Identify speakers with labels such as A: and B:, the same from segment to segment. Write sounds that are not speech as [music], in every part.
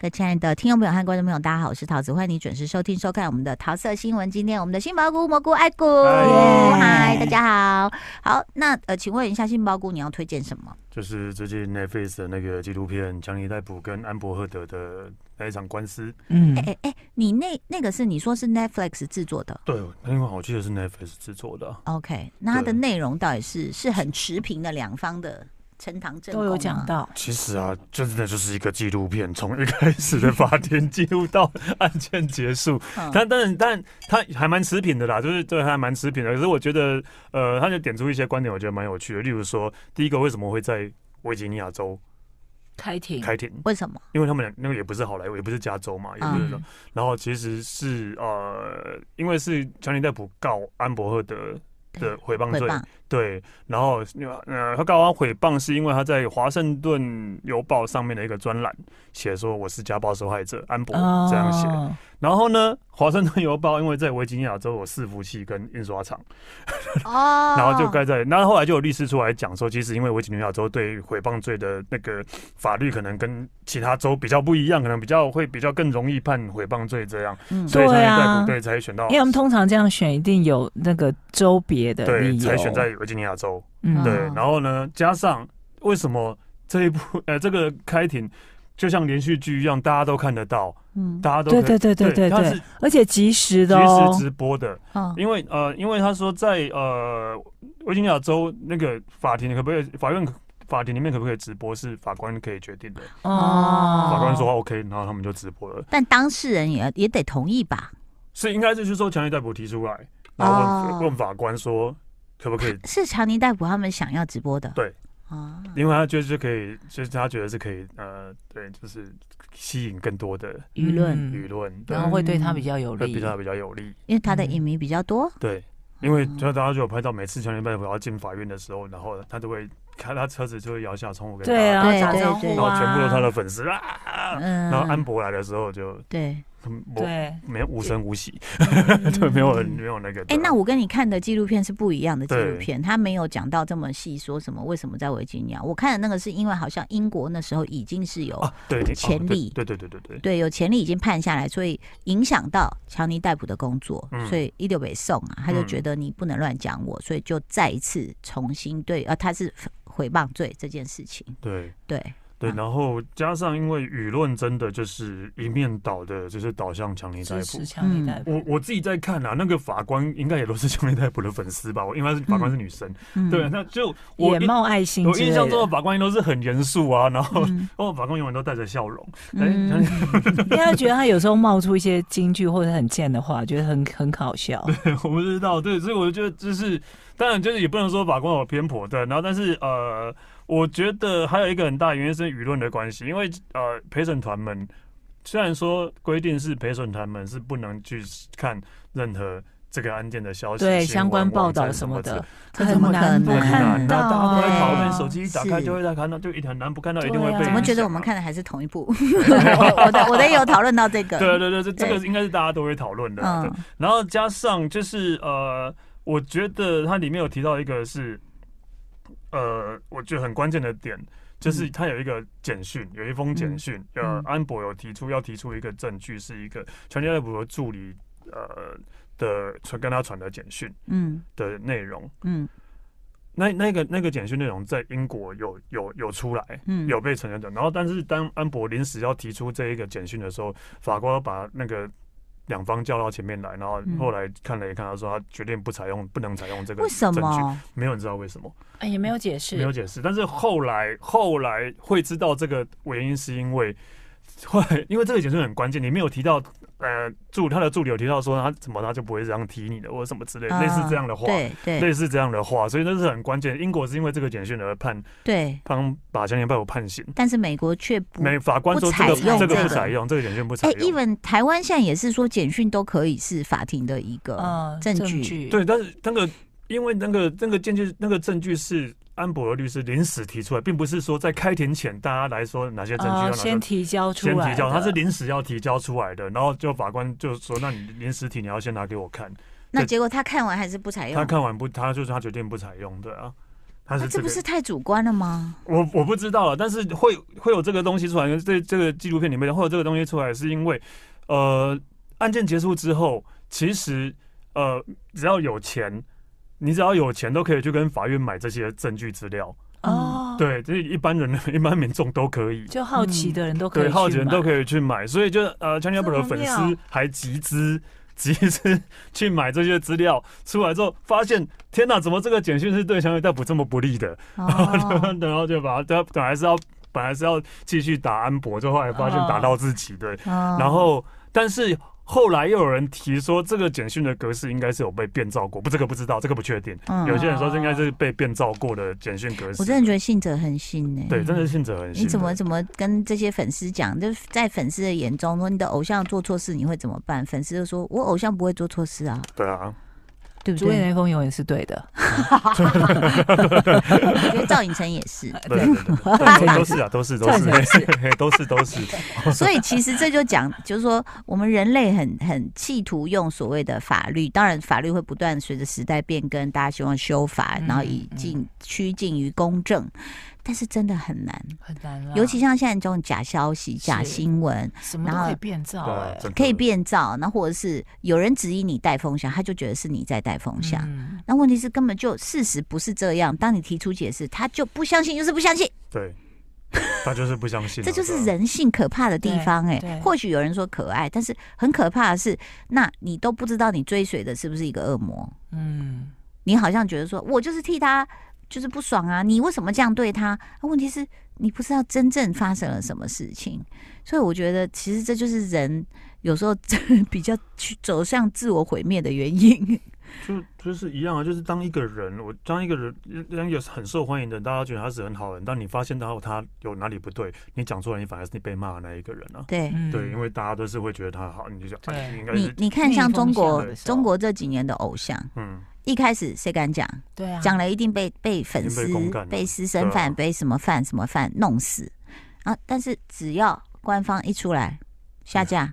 A: 各位亲爱的听众朋友和观众朋友，大家好，我是桃子，欢迎你准时收听收看我们的桃色新闻。今天我们的杏鲍菇、蘑菇、爱菇，嗨，大家好。好，那呃，请问一下杏鲍菇，你要推荐什么？
B: 就是最近 Netflix 的那个纪录片《强尼戴普跟安伯赫德的那一场官司》。
C: 嗯
A: 哎，哎哎，你那那个是你说是 Netflix 制作的
B: 对，因为我记得是 Netflix 制作的啊、
A: ，OK？那它的
B: 对
A: 内容到底是是很持平的两方的呈堂证
C: 都有
A: 供
C: 讲
A: 吗
C: 到，
B: 其实啊，就真的就是一个纪录片，从一开始 [laughs] 的法庭记录到案件结束。
A: 嗯
B: 但但但他还蛮持平的啦，就是对，还蛮持平的。可是我觉得，呃，他就点出一些观点，我觉得蛮有趣的。例如说，第一个为什么会在维吉尼亚州
C: 开庭，
B: 开庭？
A: 为什么？
B: 因为他们俩那个也不是好莱坞，也不是加州嘛，也不是说。然后其实是呃，因为是强尼戴普告安伯赫德的诽谤
A: 会
B: 罪，
A: 吧？
B: 对，然后呃，他告他诽谤是因为他在《华盛顿邮报》上面的一个专栏写说我是家暴受害者，安博
C: 哦
B: 这样写。然后呢，《华盛顿邮报》因为在维吉尼亚州有伺服器跟印刷厂，
A: 哦，
B: [laughs] 然后
C: 嗯
B: 就盖在，那后来就有律师出来讲说，其实因为维吉尼亚州对诽谤罪的那个法律可能跟其他州比较不一样，可能比较会比较更容易判诽谤罪这样，
A: 嗯
B: 所以才
C: 对啊
B: 逮捕对才选到
C: 因为，他们通常这样选，一定有那个州别的
B: 对
C: 理由，
B: 才选在维吉尼亚州。
C: 嗯
B: 对
A: 嗯，
B: 然后呢，加上为什么这一部呃这个开庭就像连续剧一样，大家都看得到，
A: 嗯
B: 大家都可
C: 对
B: 以
C: 对对对对
B: 它
C: 对
B: 是，
C: 而且及时的哦
B: 及时，直播的，
A: 嗯
B: 因为呃，因为他说在呃维吉尼亚州那个法庭可不可以，法院法庭里面可不可以直播是法官可以决定的，
A: 哦
B: 法官说 OK，然后他们就直播了，
A: 但当事人也也得同意吧？
B: 所以应该就是说强烈逮捕提出来，然后问、
A: 哦
B: 问法官说可不可以，
A: 是强尼戴普他们想要直播的。
B: 对
A: 啊，
B: 因为他觉得是可以，就是他觉得是可以呃，对，就是吸引更多的
C: 嗯
A: 舆论，
B: 舆论，对
C: 然。后会对他比较有
B: 会
C: 利，
B: 比较比较有利。
A: 因为他的影迷比较多。
B: 对，因为
A: 嗯
B: 就大家就有拍到，每次强联拜我要进法院的时候，然后他都会开他车子就会摇下窗户跟
C: 对
B: 大
C: 啊，
B: 家
A: 对
C: 打
A: 对
C: 招呼
A: 对
B: 然后
C: 啊，
B: 全部都是他的粉丝啊。
A: 嗯，
B: 然后安博来啊的时候就
A: 对，
B: 我
C: 对，
B: 没有无声无息， [laughs] 对，
A: 对
B: 没有人没有那个的。
A: 哎，那我跟你看的纪录片是不一样的纪录
B: 对
A: 片，他没有讲到这么细，说什么为什么在维吉尼亚。我看的那个是因为好像英国那时候已经是有、
B: 啊，对，你哦
A: 潜
B: 对
A: 力
B: 对对对对对，
A: 对有潜力已经判下来，所以影响到强尼戴普的工作，
B: 嗯
A: 所以伊六北送啊，他就
B: 嗯
A: 觉得你不能乱讲我，所以就再一次重新对，呃，他是诽谤罪这件事情，
B: 对。
A: 对，
B: 对，
A: 啊
B: 然后加上因为舆论真的就是一面倒的，就是导向强尼逮
C: 支
B: 捕
C: 持。强力逮捕，
B: 我我自己在看啊，那个法官应该也都是强尼逮捕的粉丝吧？我因为法官是女生，
A: 嗯
B: 对，啊那就我
C: 眼
B: 一
C: 冒爱心
B: 我
C: 之类
B: 印象中的
C: 的，
B: 法官都是很严肃啊，然后、
A: 嗯
B: [laughs] 哦，法官永远都带着笑容。哎、
A: 嗯
B: 强尼
C: 因为他觉得他有时候冒出一些金句或者很贱的话，觉得很很搞笑，
B: 我不知道，对，所以我觉得就是，当然就是也不能说法官有偏颇，对，然后但是呃，我觉得还有一个很大原因是舆论的关系，因为呃，陪审团们虽然说规定是陪审团们是不能去看任何这个案件的消息，
C: 对
B: 新闻
C: 相关报道
B: 网站
C: 什
B: 什
C: 么
B: 之类
C: 的，
A: 这怎么可能
C: 很难不
B: 很
C: 看
B: 难，
C: 到
B: 那大家都在
C: 哎
B: 讨论，手机一打开
A: 是
B: 就会在看到，就一很难不看到，一定
C: 对
B: 会
C: 啊
B: 被。
C: 怎
A: 怎
C: 么
A: 么
C: 影
A: 觉得我
B: [laughs]
A: 们？看的还是同一部？ [laughs] 我的我的也有讨论到这个，
B: 对对对，这这个
A: 对
B: 应该是大家都会讨论的啦。对
A: 嗯，
B: 然后加上就是呃，我觉得它里面有提到一个是，呃，我觉得很关键的点，就是
A: 嗯
B: 它有一个简讯，有一封简
C: 嗯
B: 讯，
C: 嗯
B: 呃，安博有提出要提出一个证据，是一个全家普的助理呃的传跟他传的简讯
A: 嗯
B: 的内容。
A: 嗯
B: 那那个那个简讯内容在英国有有有出来，
A: 嗯，
B: 有被承认的。然后，但是当安博临时要提出这一个简讯的时候，法官把那个两方叫到前面来，然后
A: 嗯
B: 后来看了一看，他说他决定不采用，不能采用这个
A: 为什
B: 证据？
A: 么？
B: 没有人知道为什么，
C: 哎，也没有解释
B: 没有解释。但是后来后来会知道这个原因，是因为后来因为这个简讯很关键，你没有提到。呃，助他的助理有提到说他怎么他就不会这样踢你的，或者什么之类、类似这样的话，
A: 啊嗯对对
B: 类似这样的话，所以那是很关键。英国是因为这个简讯而判
A: 对，
B: 判把强奸犯有判刑，
A: 但是美国却不。
B: 没法官说这
A: 不采用
B: 个这个
A: 这
B: 不
A: 个
B: 采用，这个简讯不采
A: 哎
B: 用。
A: ，even 台湾现在也是说简讯都可以是法庭的一个，
C: 嗯
A: 证据
B: 对，但是那个因为那个那个证据那个证据是安博尔律师临时提出来，并不是说在开庭前大家来说哪些证据要
C: 哦
B: 拿出来
C: 先提交出
B: 先
C: 来的，
B: 提交，他是临时要提交出来的，然后就法官就说，那你临时提你要先拿给我看，
A: 那
B: 对
A: 结果他看完还是不采
B: 他
A: 用。
B: 看完不，他就是他决定不采用，对啊，它是
A: 那这
B: 这
A: 不
B: 个，
A: 是太主观了吗？
B: 我我不知道啊了，但是会会有这个东西出来，这这个纪录片里面会有这个东西出来，是因为呃，案件结束之后，其实呃，只要有钱，你只要有钱都可以去跟法院买这些证据资料，
C: 哦，，
B: 对，这一般人 [laughs] 一般民众都可以。
C: 就好奇的人都可以
B: 对，
C: 去买，
B: 好奇人都可以去买，所以就呃 c h a n e l
C: 这么
B: Apple 的粉
C: 妙
B: 丝还集资。集资去买这些资料，出来之后发现，天哪，怎么这个简讯是对香港逮捕这么不利的？
A: 哦
B: [laughs] 然后就把他本来是要本来是要继续打安博，就后来发现
A: 哦
B: 打到自己对，然
A: 然
B: 后但是后来又有人提说，这个简讯的格式应该是有被变造过，不，这个不知道，这个不确定。有些人说这应该是被变造过的简讯格式，
A: 嗯我真的觉得信者恒信呢、
B: 对，真的信者很信。
A: 你怎么怎么跟这些粉丝讲？就是在粉丝的眼中，说你的偶像做错事，你会怎么办？粉丝就说：“我偶像不会做错事啊，[laughs]
B: 对啊？
A: 对不
C: 主演
A: 对
C: 那封永远是对的，？”
A: 我觉得赵寅成也是。
B: 对对对对对，都是啊，都是都是都是都是，
C: [laughs]
A: 所以其实这就讲，就是说我们人类很很企图用所谓的法律，当然法律会不断随着时代变更，大家希望修法，
C: 嗯
A: 然后以近趋近于公正，但是真的很难，
C: 很难啦
A: 尤其像现在这种假消息、假
C: 是
A: 新闻，
C: 什么都
A: 然后
C: 可以变造
B: 对啊
C: 哎，
B: 真的
A: 哦可以变造，那或者是有人质疑你带风向，他就觉得是你在带风向。
C: 嗯
A: 那问题是根本就事实不是这样，当你提出解释，他就不相信，就是不相信，
B: 对，他就是不相信啊，
A: 这就是
B: 对啊
A: 人性可怕的地方哎、
C: 对对
A: 或许有人说可爱，但是很可怕的是，那你都不知道你追随的是不是一个恶魔，
C: 嗯，
A: 你好像觉得说我就是替他就是不爽啊，你为什么这样对他？啊问题是你不知道真正发生了什么事情，所以我觉得其实这就是人有时候比较去走向自我毁灭的原因。 [laughs]
B: 就就是一样啊，就是当一个人，我当一个人，当一个很受欢迎的人，大家觉得他是很好人，但你发现到他有哪里不对，你讲出来，你反而是你被骂的那一个人啊。
A: 对，
C: 嗯
B: 对，因为大家都是会觉得他好，你就想，
C: 对
B: 哎，你应该
A: 你
B: 是，
A: 你看像中国
C: 逆风向的时候
A: 中国这几年的偶像。
B: 嗯，
A: 一开始谁敢讲？
C: 对啊，
A: 讲了一定被被粉丝
B: 一定被公干、
A: 被私生
B: 对啊
A: 饭、被什么饭、什么饭弄死啊！但是只要官方一出来下架，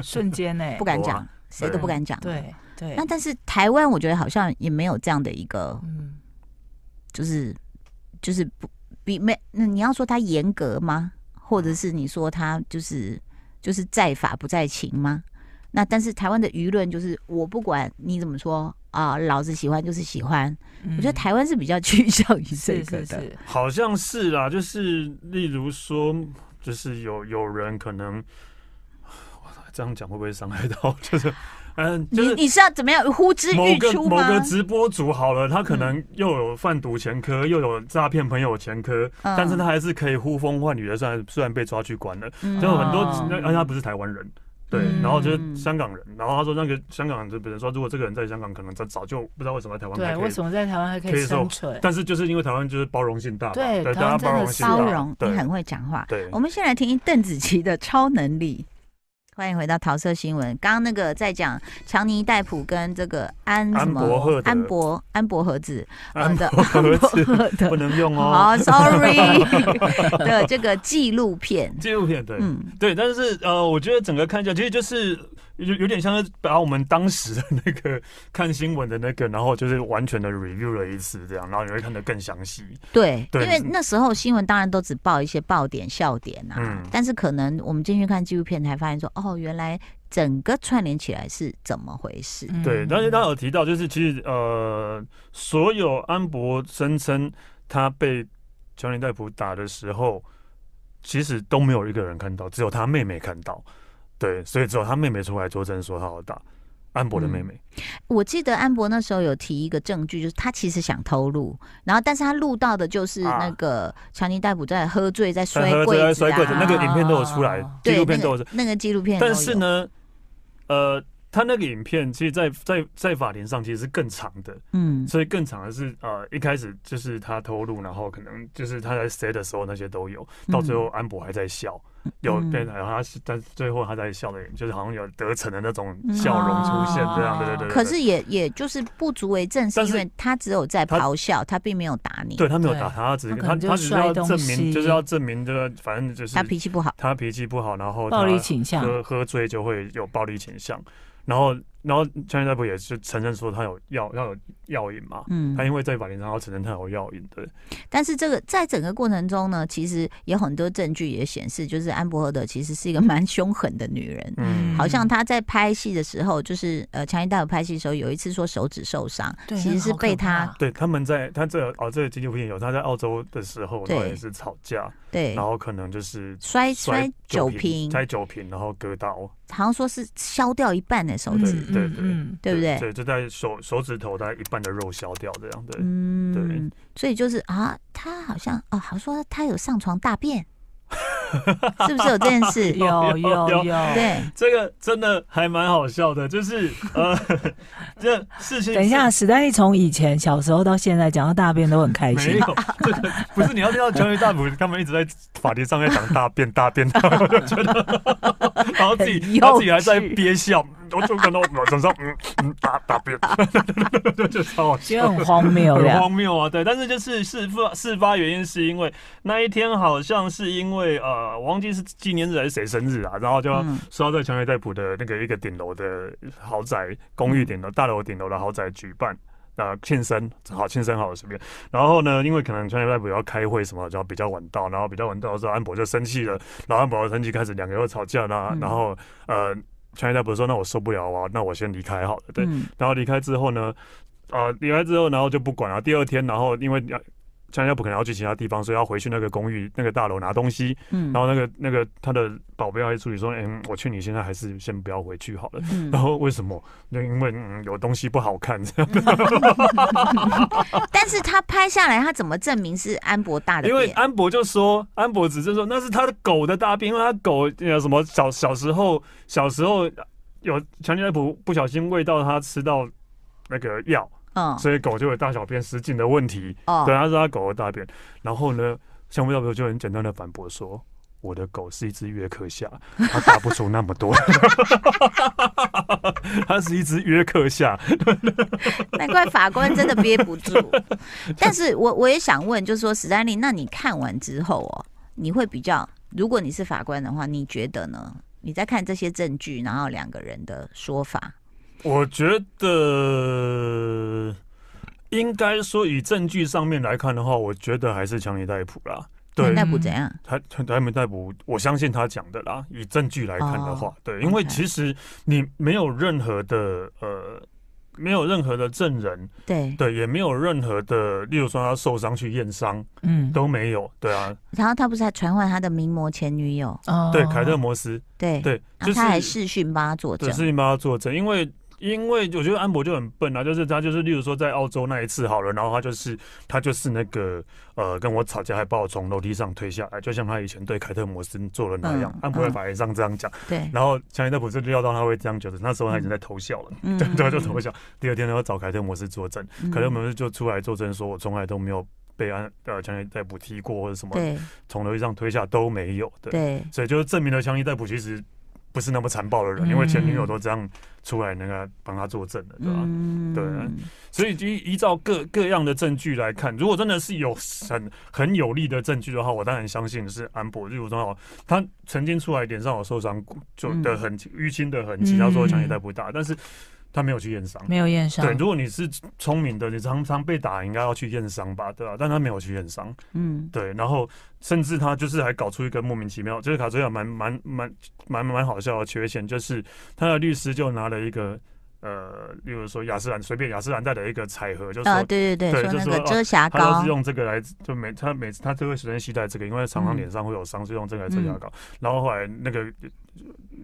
C: 瞬间
B: 哎
C: 呢，
A: 不敢讲
B: 哇，
A: 谁都不敢讲。。
C: 对对，
A: 那但是台湾，我觉得好像也没有这样的一个，
C: 嗯，
A: 就是就是不比没，那你要说他严格吗？或者是你说他就是就是在法不在情吗？那但是台湾的舆论就是我不管你怎么说啊、老子喜欢就是喜欢，
C: 我
A: 我觉得台湾是比较 [laughs] 趋向于这
C: 是
A: 个的。
C: 嗯是是，
B: 好像是啦、就是例如说，就是有有人可能，哇这样讲会不会伤害到？ [laughs] 就是，嗯，就
A: 你
B: 是
A: 你是要怎么样呼之
B: 某
A: 欲
B: 个
A: 出
B: 某
A: 吗？嗯
B: 个直播主好了，他可能又有贩毒前科，又有诈骗朋友前科，
A: 嗯
B: 但是他还是可以呼风唤雨的，虽然虽然被抓去关了，
A: 嗯
B: 就有很多
C: 哦，
B: 那而且他不是台湾人。对，
A: 嗯
B: 然后就是香港人，然后他说那个香港人，就比如说，如果这个人在香港，可能早早就不知道为什么在台湾还
C: 对，
B: 可
C: 为
B: 以，
C: 什么在台湾还可
B: 可
C: 以
B: 以
C: 生
B: 说
C: 存？
B: 但是就是因为台湾就是包容性大嘛，
C: 对
B: 对，
C: 台湾
B: 大家包
C: 真的
B: 容性大，
A: 包容，你
B: 啊对
A: 很会讲话。
B: 对
A: 我，们先来听邓紫棋的《超能力》。欢迎回到桃色新闻。刚刚那个在讲强尼戴普跟这个安什
B: 安
A: 么
B: 博赫的
A: 安博安博盒子
B: [laughs]
A: 呃
B: 安
A: 的
B: 博盒
C: [laughs]
A: 安
B: 子
A: 博赫
B: [laughs] 不
A: 的，
B: 能用哦，
A: 好，sorry
B: [laughs]
A: 的这个纪录片。
B: 纪录片对，
A: 嗯，
B: 对，但是呃，我觉得整个看下来，其实就是有有点像是把我们当时的那个看新闻的那个，然后就是完全的 review 了一次，这样，然后你会看得更详细。
A: 对，因
B: 对
A: 为那时候新闻当然都只报一些爆点、笑点啊，
B: 嗯
A: 但是可能我们进去看纪录片才发现说，哦，原来整个串联起来是怎么回事。
C: 嗯
B: 对，但是他有提到，就是其实呃，所有安博声称他被乔尼戴普打的时候，其实都没有一个人看到，只有他妹妹看到。对，所以只有他妹妹出来作证说他有打安博的妹
A: 嗯
B: 妹。
A: 我记得安博那时候有提一个证据，就是他其实想偷录，然后但是他录到的就是
B: 啊
A: 那个强尼逮捕在喝醉在
B: 他
A: 摔
B: 喝醉
A: 柜
B: 在
A: 子
B: 摔
A: 啊，哦
B: 柜子，那个影片都有出来
C: 啊，
B: 纪
A: 对
B: 录片都有
A: 那个那个纪录片都有，
B: 但是呢，呃，他那个影片其实在，在在法庭上其实是更长的，
A: 嗯，
B: 所以更长的是呃一开始就是他偷录，然后可能就是他在 say 的时候那些都有，到最后
C: 嗯
B: 安博还在笑，有
A: 嗯
B: 对，然后他是但最后他在笑的，就是好像有得逞的那种笑容出现
C: 嗯
B: 这样，对对对对。
A: 哦可是也也就是不足为证，是
B: 但
A: 因
B: 是
A: 为他只有在
B: 他
A: 咆哮，他并没有打你，
B: 对他没有
C: 对
B: 打他，他只是
C: 他可
B: 他
C: 能
B: 他
C: 就
B: 只是
C: 摔
B: 要
C: 东
B: 证
C: 西
B: 明，就是要证明这个，反正就是
A: 他脾气不好，
B: 他脾气不好，然后
C: 暴
B: 他
C: 力倾向，
B: 喝喝醉就会有暴力倾向，然后然后川原代普也是承认说他有药要有药瘾嘛，
A: 嗯
B: 他因为在法庭上要承认他有药瘾，对，
A: 但是这个在整个过程中呢，其实有很多证据也显示，就是安博赫德其实是一个 [laughs] 蛮凶狠的女人。
B: 嗯，
A: 好像她在拍戏的时候，就是呃，强尼戴普拍戏的时候，有一次说手指受伤，
C: 对
A: 其实是被她
B: 对，他们在他这哦，这个经济部也有他在澳洲的时候，然后也是吵架，
A: 对
B: 然后可能就是
A: 摔摔酒瓶，
B: 摔酒瓶，然后割刀，
A: 好像说是削掉一半的手
B: 嗯
A: 指，
B: 对对对
A: 对不对？
B: 对，就在手手指头大概一半的肉削掉这样，对，
A: 嗯，所以就是啊，她好像哦，好像说她有上床大便，是不是有这件
C: [laughs]
A: 事？
C: 有有有，
A: 对，
B: 这个真的还蛮好笑的，就是
A: [laughs]
B: 呃，这事情
C: 等一下，史丹利从以前小时候到现在讲到大便都很开
B: 没
C: 心
B: 有，，这个不是你要听到乔伊大普他们一直在法庭上在讲大便大便，然后我就觉得， [laughs] 然后自己
A: 很幼稚
B: 他自己还在憋笑，我就看到我身上嗯嗯大大便， [laughs] 就就超好
C: 觉得
B: 笑。
C: 很荒谬
B: 很
C: 的。
B: 荒谬啊，对，但是就是事发事发原因是因为那一天好像是因为呃，我忘记是纪念日还是谁生日啊，然后就
A: 嗯
B: 说到在强烈代普的那个一个顶楼的豪宅公寓顶楼大楼顶楼的豪宅举办。呃，庆生好，庆生好这边。然后呢，因为可能川原代普要开会什么，然后比较晚到，然后比较晚到的时候，安博就生气了，然后安博生气开始两个又吵架啦。
A: 嗯
B: 然后呃，川原代普说：“那我受不了啊，那我先离开好了。”对，
A: 嗯
B: 然后离开之后呢，呃，离开之后，然后就不管了。第二天，然后因为呃川原代普可能要去其他地方，所以要回去那个公寓那个大楼拿东西。
A: 嗯
B: 然后那个那个他的保镖还处理说，嗯，我劝你现在还是先不要回去好了。 [laughs]
A: 嗯
B: 然后为什么？就因为、嗯、有东西不好看，这样
A: 但是他拍下来，他怎么证明是安博大的
B: 因为
A: 便？
B: 安博就说，安博只是说那是他的狗的大便，因为他狗呃什么小小时候小时候有强尼戴普不小心喂到他吃到那个药，
A: 嗯，
B: 所以狗就有大小便失禁的问题。
A: 哦
B: 对，，他是他狗的大便。然后呢，香味大表就很简单的反驳说：“我的狗是一只约克夏，它大不出那么多， [laughs] 它是一只约克夏。
A: 难怪法官真的憋不住。但是我我也想问，就是说史丹利，那你看完之后哦，你会比较，如果你是法官的话，你觉得呢？你在看这些证据，然后两个人的说法，”
B: 我觉得应该说，以证据上面来看的话，我觉得还是强尼戴普啦。对，
A: 那不怎样？
B: 他他他们逮捕，我相信他讲的啦。以证据来看的话，
A: 哦
B: 对，因为
A: OK
B: 其实你没有任何的呃，没有任何的证人，
A: 对，
B: 对，也没有任何的，例如说他受伤去验伤
C: 嗯，
B: 都没有，对啊，
A: 然后他不是还传唤他的名模前女友？
C: 哦
B: 对，凯特摩斯，
A: 对，
B: 对，
A: 然
B: 就
A: 后
B: 是
A: 他还视讯帮他作
B: 对
A: 证
B: 事。情帮他作证，因为因为我觉得安博就很笨啊，就是他就是例如说在澳洲那一次好了，然后他就是他就是那个呃跟我吵架，还把我从楼梯上推下来，就像他以前对凯特摩斯做的那样
A: 嗯，
B: 安博在
A: 嗯
B: 法庭上这样讲，
A: 对，
B: 然后强尼戴普就料到他会这样觉得，那时候他已经在偷笑了。
A: 嗯
B: 对对，就投降。第二天呢，要找凯特摩斯作证，凯特摩斯就出来作证说，我从来都没有被安呃强尼逮捕踢过或者什么，
A: 对
B: 从楼梯上推下都没有。对，
A: 对，
B: 所以就证明了强尼逮捕其实不是那么残暴的人，因为前女友都这样出来那个帮他作证的，对吧、
A: 嗯
B: 对啊所以依依照各各样的证据来看，如果真的是有很很有力的证据的话，我当然相信是安博。例如说，他曾经出来脸上有受伤，就
A: 嗯
B: 的痕迹、淤青的痕迹，
C: 嗯
B: 他说强尼逮捕打，但是他没有去验伤。
C: 没有验伤
B: 对，，如果你是聪明的，你常常被打，应该要去验伤吧，对吧、但他没有去验伤，
A: 嗯
B: 对，然后甚至他就是还搞出一个莫名其妙，就是卡崔亚蛮蛮蛮蛮蛮好笑的缺陷，就是他的律师就拿了一个呃，例如说雅诗兰随便雅诗兰黛的一个彩盒，就
A: 啊，
B: 说。
A: 对对对，
B: 对
A: 说
B: 就
A: 那
B: 说
A: 个
B: 哦
A: 遮瑕
B: 他要
A: 膏
B: 是，用这个来，就每他每次他就会随身携带这个，因为常常脸上会有伤，就用这个来遮瑕膏。然后后来那个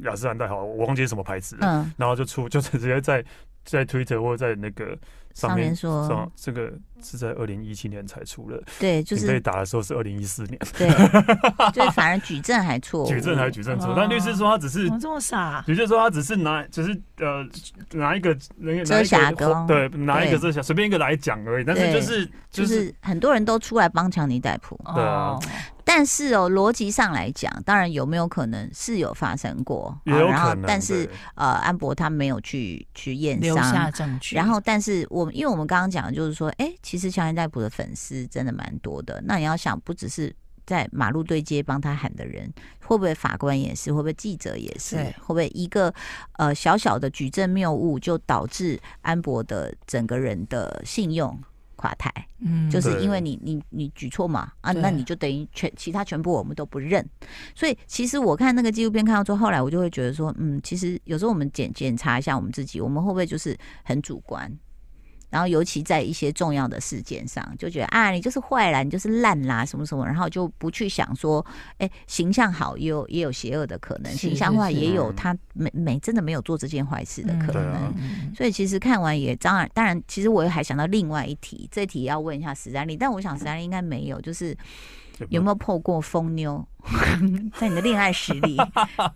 B: 雅诗兰黛好，我忘记是什么牌子了，
A: 嗯，
B: 然后就出就直接在在 Twitter 或者在那个上
A: 上
B: 面
A: 面说
B: 上，这个是在二零一七年才出的，
A: 对，就
B: 你被
A: 是
B: 打的时候是二零一四年，
A: 对，
B: [laughs]
A: 就是反而举证还错误，
B: 举证还举证错
C: 哦，
B: 但律师说他只是
C: 怎，哦
A: 嗯
C: 么这么傻？
B: 律师说他只是拿，只是呃拿一个那个
A: 遮瑕膏
B: 拿一个对，拿一个
A: 对
B: 遮瑕，随便一个来讲而已，但是
A: 对
B: 就是
A: 就
B: 就是
A: 是很多人都出来帮强尼逮捕，
B: 对啊
C: 哦，
A: 但是哦，逻辑上来讲，当然有没有可能是有发生过，
B: 也
A: 啊
B: 有
A: 然后
B: 可能，
A: 但是
B: 对
A: 呃，安博他没有去去验
C: 留下
A: 伤。
C: 证据，
A: 然后，但是我们因为我们刚刚讲的就是说，哎，其实强尼逮捕的粉丝真的蛮多的。那你要想，不只是在马路对接帮他喊的人，会不会法官也是，会不会记者也是，
C: 对
A: 会不会一个呃小小的举证谬误就导致安博的整个人的信用垮台？
C: 嗯
A: 就是
B: 对
A: 因为你你你举错嘛啊，
C: 对
A: 那你就等于全其他全部我们都不认。所以其实我看那个纪录片看到之后，后来我就会觉得说，嗯，其实有时候我们检检查一下我们自己，我们会不会就是很主观？然后尤其在一些重要的事件上，就觉得啊，你就是坏啦，你就是烂啦，什么什么，然后就不去想说，哎，形象好也有也有邪恶的可能，
C: 是
A: 形象坏
C: 是是
A: 也有
B: 嗯
A: 他没没真的没有做这件坏事的可
B: 对
A: 能。
B: 啊
C: 嗯
A: 所以其实看完也当然，当然，其实我也还想到另外一题，这题要问一下史丹利，但我想史丹利应该没有，就是有没有破过疯妞， [laughs] 在你的恋爱史里，
B: 哦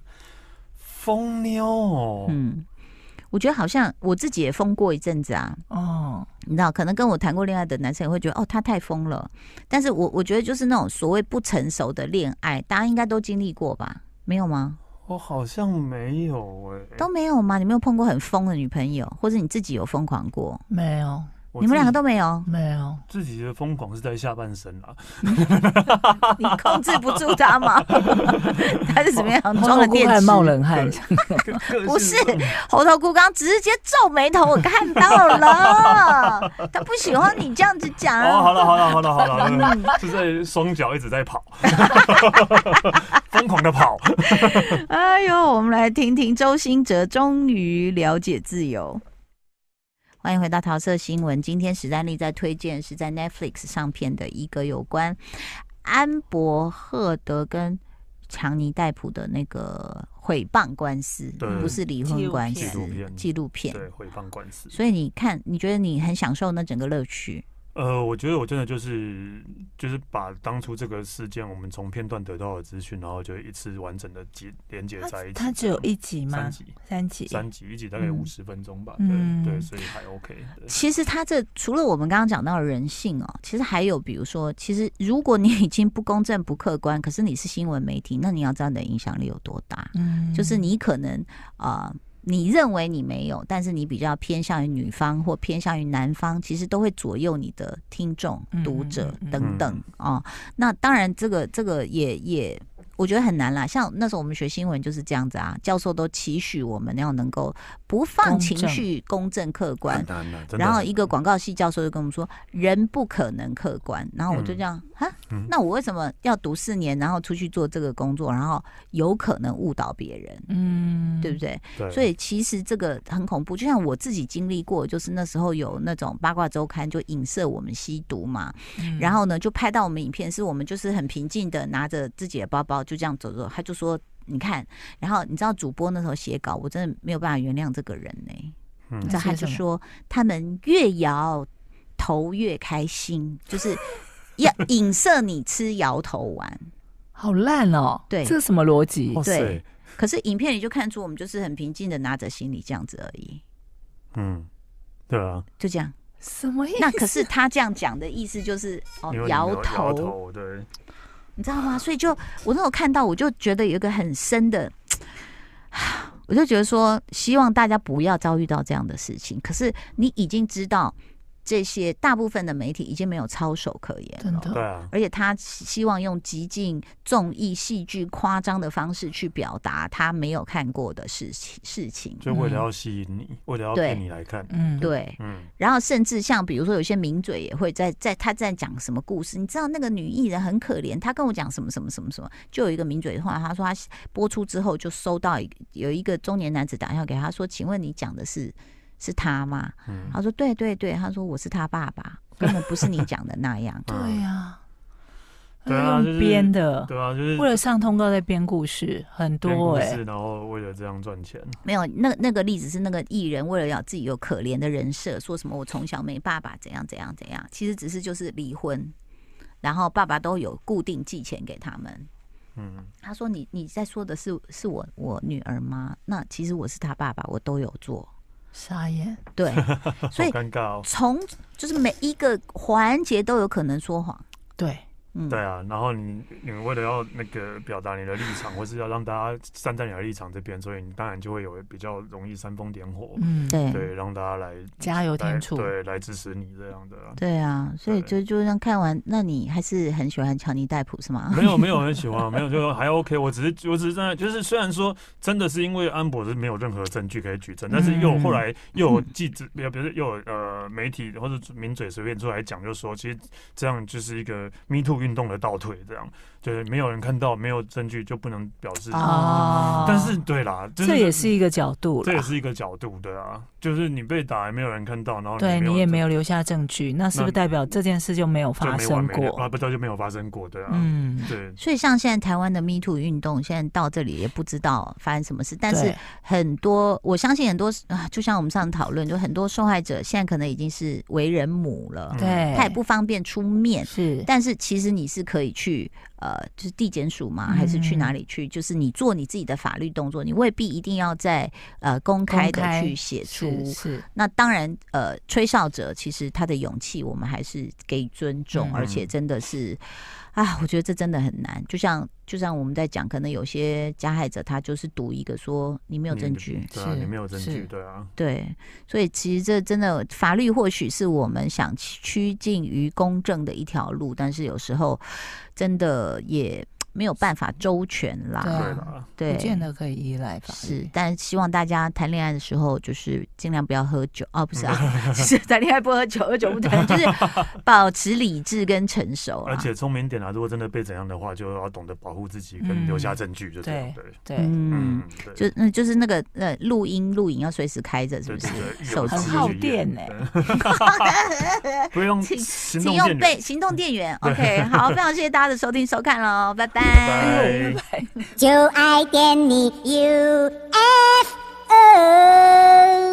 B: 疯妞哦？
A: 嗯，我觉得好像我自己也疯过一阵子啊，
C: 哦，
A: 你知道，可能跟我谈过恋爱的男生也会觉得哦，他太疯了，但是我我觉得就是那种所谓不成熟的恋爱，大家应该都经历过吧？没有吗？
B: 我好像没有哎、
A: 都没有吗？你没有碰过很疯的女朋友，或者你自己有疯狂过？
C: 没有，
B: 我
A: 你们两个
B: 自
A: 都没有
C: 没有，
B: 己自己的疯狂是在下半身啊
A: [laughs]
B: 啦，
A: 你控制不住他
C: [laughs]
A: 吗？他是怎么样装了
C: 我
A: 电
C: 快
A: 池？
C: 冒冷汗，
B: 个个性
A: 不是猴头菇刚直接皱眉头，我看到了， [laughs] 他不喜欢你这样子讲。
B: 哦，好了好了好了好
A: [laughs]
B: 了，就在双脚一直在跑， [laughs] 疯狂的跑。
A: 哎呦，我们来听听周兴哲终于了解自由。欢迎回到桃色新闻。今天史丹利在推荐是在 Netflix 上片的一个有关安博赫德跟强尼戴普的那个诽谤官司，
B: 对
A: 不是离婚官司
B: 纪录片，
A: 纪录片。
B: 对，诽谤官司。
A: 所以你看，你觉得你很享受那整个乐趣？
B: 呃，我觉得我真的就是就是把当初这个事件，我们从片段得到的资讯，然后就一次完整的结连接在一起。
C: 它只有一集
B: 三
C: 吗？
B: 集，
C: 三集，
B: 三集，一集大概
A: 嗯
B: 五十分钟吧。
C: 嗯
B: 对对，所以还 OK 对。
A: 其实他这除了我们刚刚讲到的人性哦，其实还有比如说，其实如果你已经不公正、不客观，可是你是新闻媒体，那你要知道你的影响力有多大。
C: 嗯
A: 就是你可能呃，你认为你没有，但是你比较偏向于女方或偏向于男方，其实都会左右你的听众
C: 嗯、
A: 读者
C: 嗯嗯
A: 等等哦。那当然，这个这个也也。我觉得很难啦，像那时候我们学新闻就是这样子啊，教授都期许我们要能够不放
C: 公
A: 情
C: 正
A: 绪、公正、客观，
B: 难啊了，真的
A: 然后
B: 很
A: 一个
B: 难
A: 广告系教授就跟我们说，人不可能客观。然后我就这样啊、
B: 嗯
A: 那我为什么要读四年，然后出去做这个工作，然后有可能误导别人，
C: 嗯
A: 对不？对？
B: 对，
A: 所以其实这个很恐怖，就像我自己经历过，就是那时候有那种八卦周刊就影射我们吸毒嘛，
C: 嗯
A: 然后呢就拍到我们影片，是我们就是很平静的拿着自己的包包就这样走走，他就说你看，然后你知道主播那时候写稿，我真的没有办法原谅这个人呢、
B: 嗯
A: 你知道他
C: 那
A: 就
C: 写什么
A: 说他们越摇头越开心， [laughs] 就是要影射你吃摇头丸。
C: 好烂哦，
A: 对
C: 这是什么逻辑
B: 哇？
A: 对
B: 塞，
A: 可是影片里就看出我们就是很平静的拿着行李这样子而已，
B: 嗯，对啊，
A: 就这
B: [laughs]
A: 样。
C: 什么意思？
A: 那可是他这样讲的意思就是哦
B: 因为你
A: 摇
B: 没有摇
A: 头，
B: 头，对，
A: 你知道吗？所以就我那时候看到，我就觉得有一个很深的， [sighs] 我就觉得说，希望大家不要遭遇到这样的事情。可是你已经知道，这些大部分的媒体已经没有操守可言
C: 真
A: 了。
C: 的
B: 对啊，
A: 而且他希望用极尽综艺、戏剧、夸张的方式去表达他没有看过的事情。事情
B: 就为了要吸引你，为了要
A: 对
B: 骗你来看，
C: 嗯，
A: 对，
B: 嗯，
A: 然后甚至像比如说有些名嘴也会在在他在讲什么故事，你知道那个女艺人很可怜，她跟我讲什么什么什么什么，就有一个名嘴的话，他说他播出之后就收到一个有一个中年男子打电话给他说，请问你讲的是是他吗？
B: 嗯。
A: 他说对对对，他说我是他爸爸，根本不是你讲的那样
C: 对呀，哎
B: 对啊就是
C: 用编的，
B: 对啊，就是
C: 为了上通告在编故事，很
B: 编
C: 多
B: 故
C: 哎、
A: 欸
B: 事，然后为了这样赚钱，
A: 没有，那那个例子是那个艺人为了要自己有可怜的人设，说什么我从小没爸爸，怎样怎样怎样，其实只是就是离婚，然后爸爸都有固定寄钱给他们。
B: 嗯，
A: 他说你你在说的是是我我女儿吗？那其实我是他爸爸，我都有做。
C: 傻眼，
B: [laughs]
A: 对，所
B: 好
A: 以
B: 尴尬哦，
A: 从就是每一个环节都有可能说谎。
C: 对，
A: 嗯，
B: 对啊，然后你你为了要那个表达你的立场，或是要让大家站在你的立场这边，所以你当然就会有比较容易煽风点火，
C: 嗯，
A: 对
B: 对，让大家来
C: 加油
B: 来
C: 添醋，
B: 对来支持你这样的啊。
A: 对啊，所以就就让看完，那你还是很喜欢乔尼戴普是吗？
B: [laughs] 没有没有很喜欢，没有就还 OK。我只是我只是在就是虽然说真的是因为安博是没有任何证据可以举证，但是又有
A: 嗯
B: 后来又有记者，也不是又有呃媒体或者名嘴随便出来讲，就说其实这样就是一个 Me Too 运动的倒退，这样就是没有人看到没有证据就不能表示。
C: 哦
B: 但是对啦，就
C: 这也是一个角度
B: 这也
C: 啦。
B: 是一个角度，对啊，就是你被打也没有人看到，然后
C: 对
B: 哦你
C: 你也没
B: 有
C: 有留下证据，那是不是代表这件事就没有
B: 就
C: 发
B: 没完
C: 生
B: 没了啊，
C: 过？
B: 不知道就没有发生过，对啊，
C: 嗯，
B: 对。
A: 所以像现在台湾的 Me Too 运动，现在到这里也不知道发生什么事，但是
C: 对
B: 嗯
A: 很多我相信很多啊，就像我们上次讨论，就很多受害者现在可能已经是为人母了，
B: 嗯
C: 对，
A: 他也不方便出面，
C: 是
A: 但是其实你是可以去呃，就是地检署嘛，还是去
C: 嗯
A: 哪里去？就是你做你自己的法律动作，你未必一定要在呃公开的
C: 公开
A: 去写出。
C: 是是，
A: 那当然，呃，吹哨者其实他的勇气，我们还是给予尊重，
C: 嗯
A: 而且真的是，啊，我觉得这真的很难。就像就像我们在讲，可能有些加害者他就是赌一个说你没有
B: 你
A: 证据，
B: 对啊，
C: 是
B: 你没有证
C: 是
B: 据，对啊，
A: 对，所以其实这真的法律或许是我们想趋近于公正的一条路，但是有时候真的也没有办法周全
C: 对
A: 啦。
B: 对
C: 啊
B: 啦，
A: 对，
C: 不见得可以依赖法
A: 是
C: 律。，
A: 但希望大家谈恋爱的时候就是尽量不要喝酒哦，不是
C: [laughs]
A: 啊，是谈恋爱不喝酒，喝酒不谈， [laughs] 就是保持理智跟成熟啦。
B: 而且聪明点啊，如果真的被怎样的话，就要懂得保护自己跟
C: 嗯
B: 留下证据，就这样对。
C: 对，
A: 嗯
B: 嗯，，对
A: 就嗯就是那个呃录音录影要随时开着，是
B: 对
A: 不是
B: 对？对，
A: 手
B: 有
A: 机
B: 证据
C: 很耗电
B: 对
C: 欸
B: [laughs] 不用
A: 请
B: 行
A: 请
B: 动
A: 用
B: 电源
A: 备，行动电源。OK，好，非常谢谢大家的收听收看喽，拜拜。
B: 拜。
D: 就爱点你 UFO。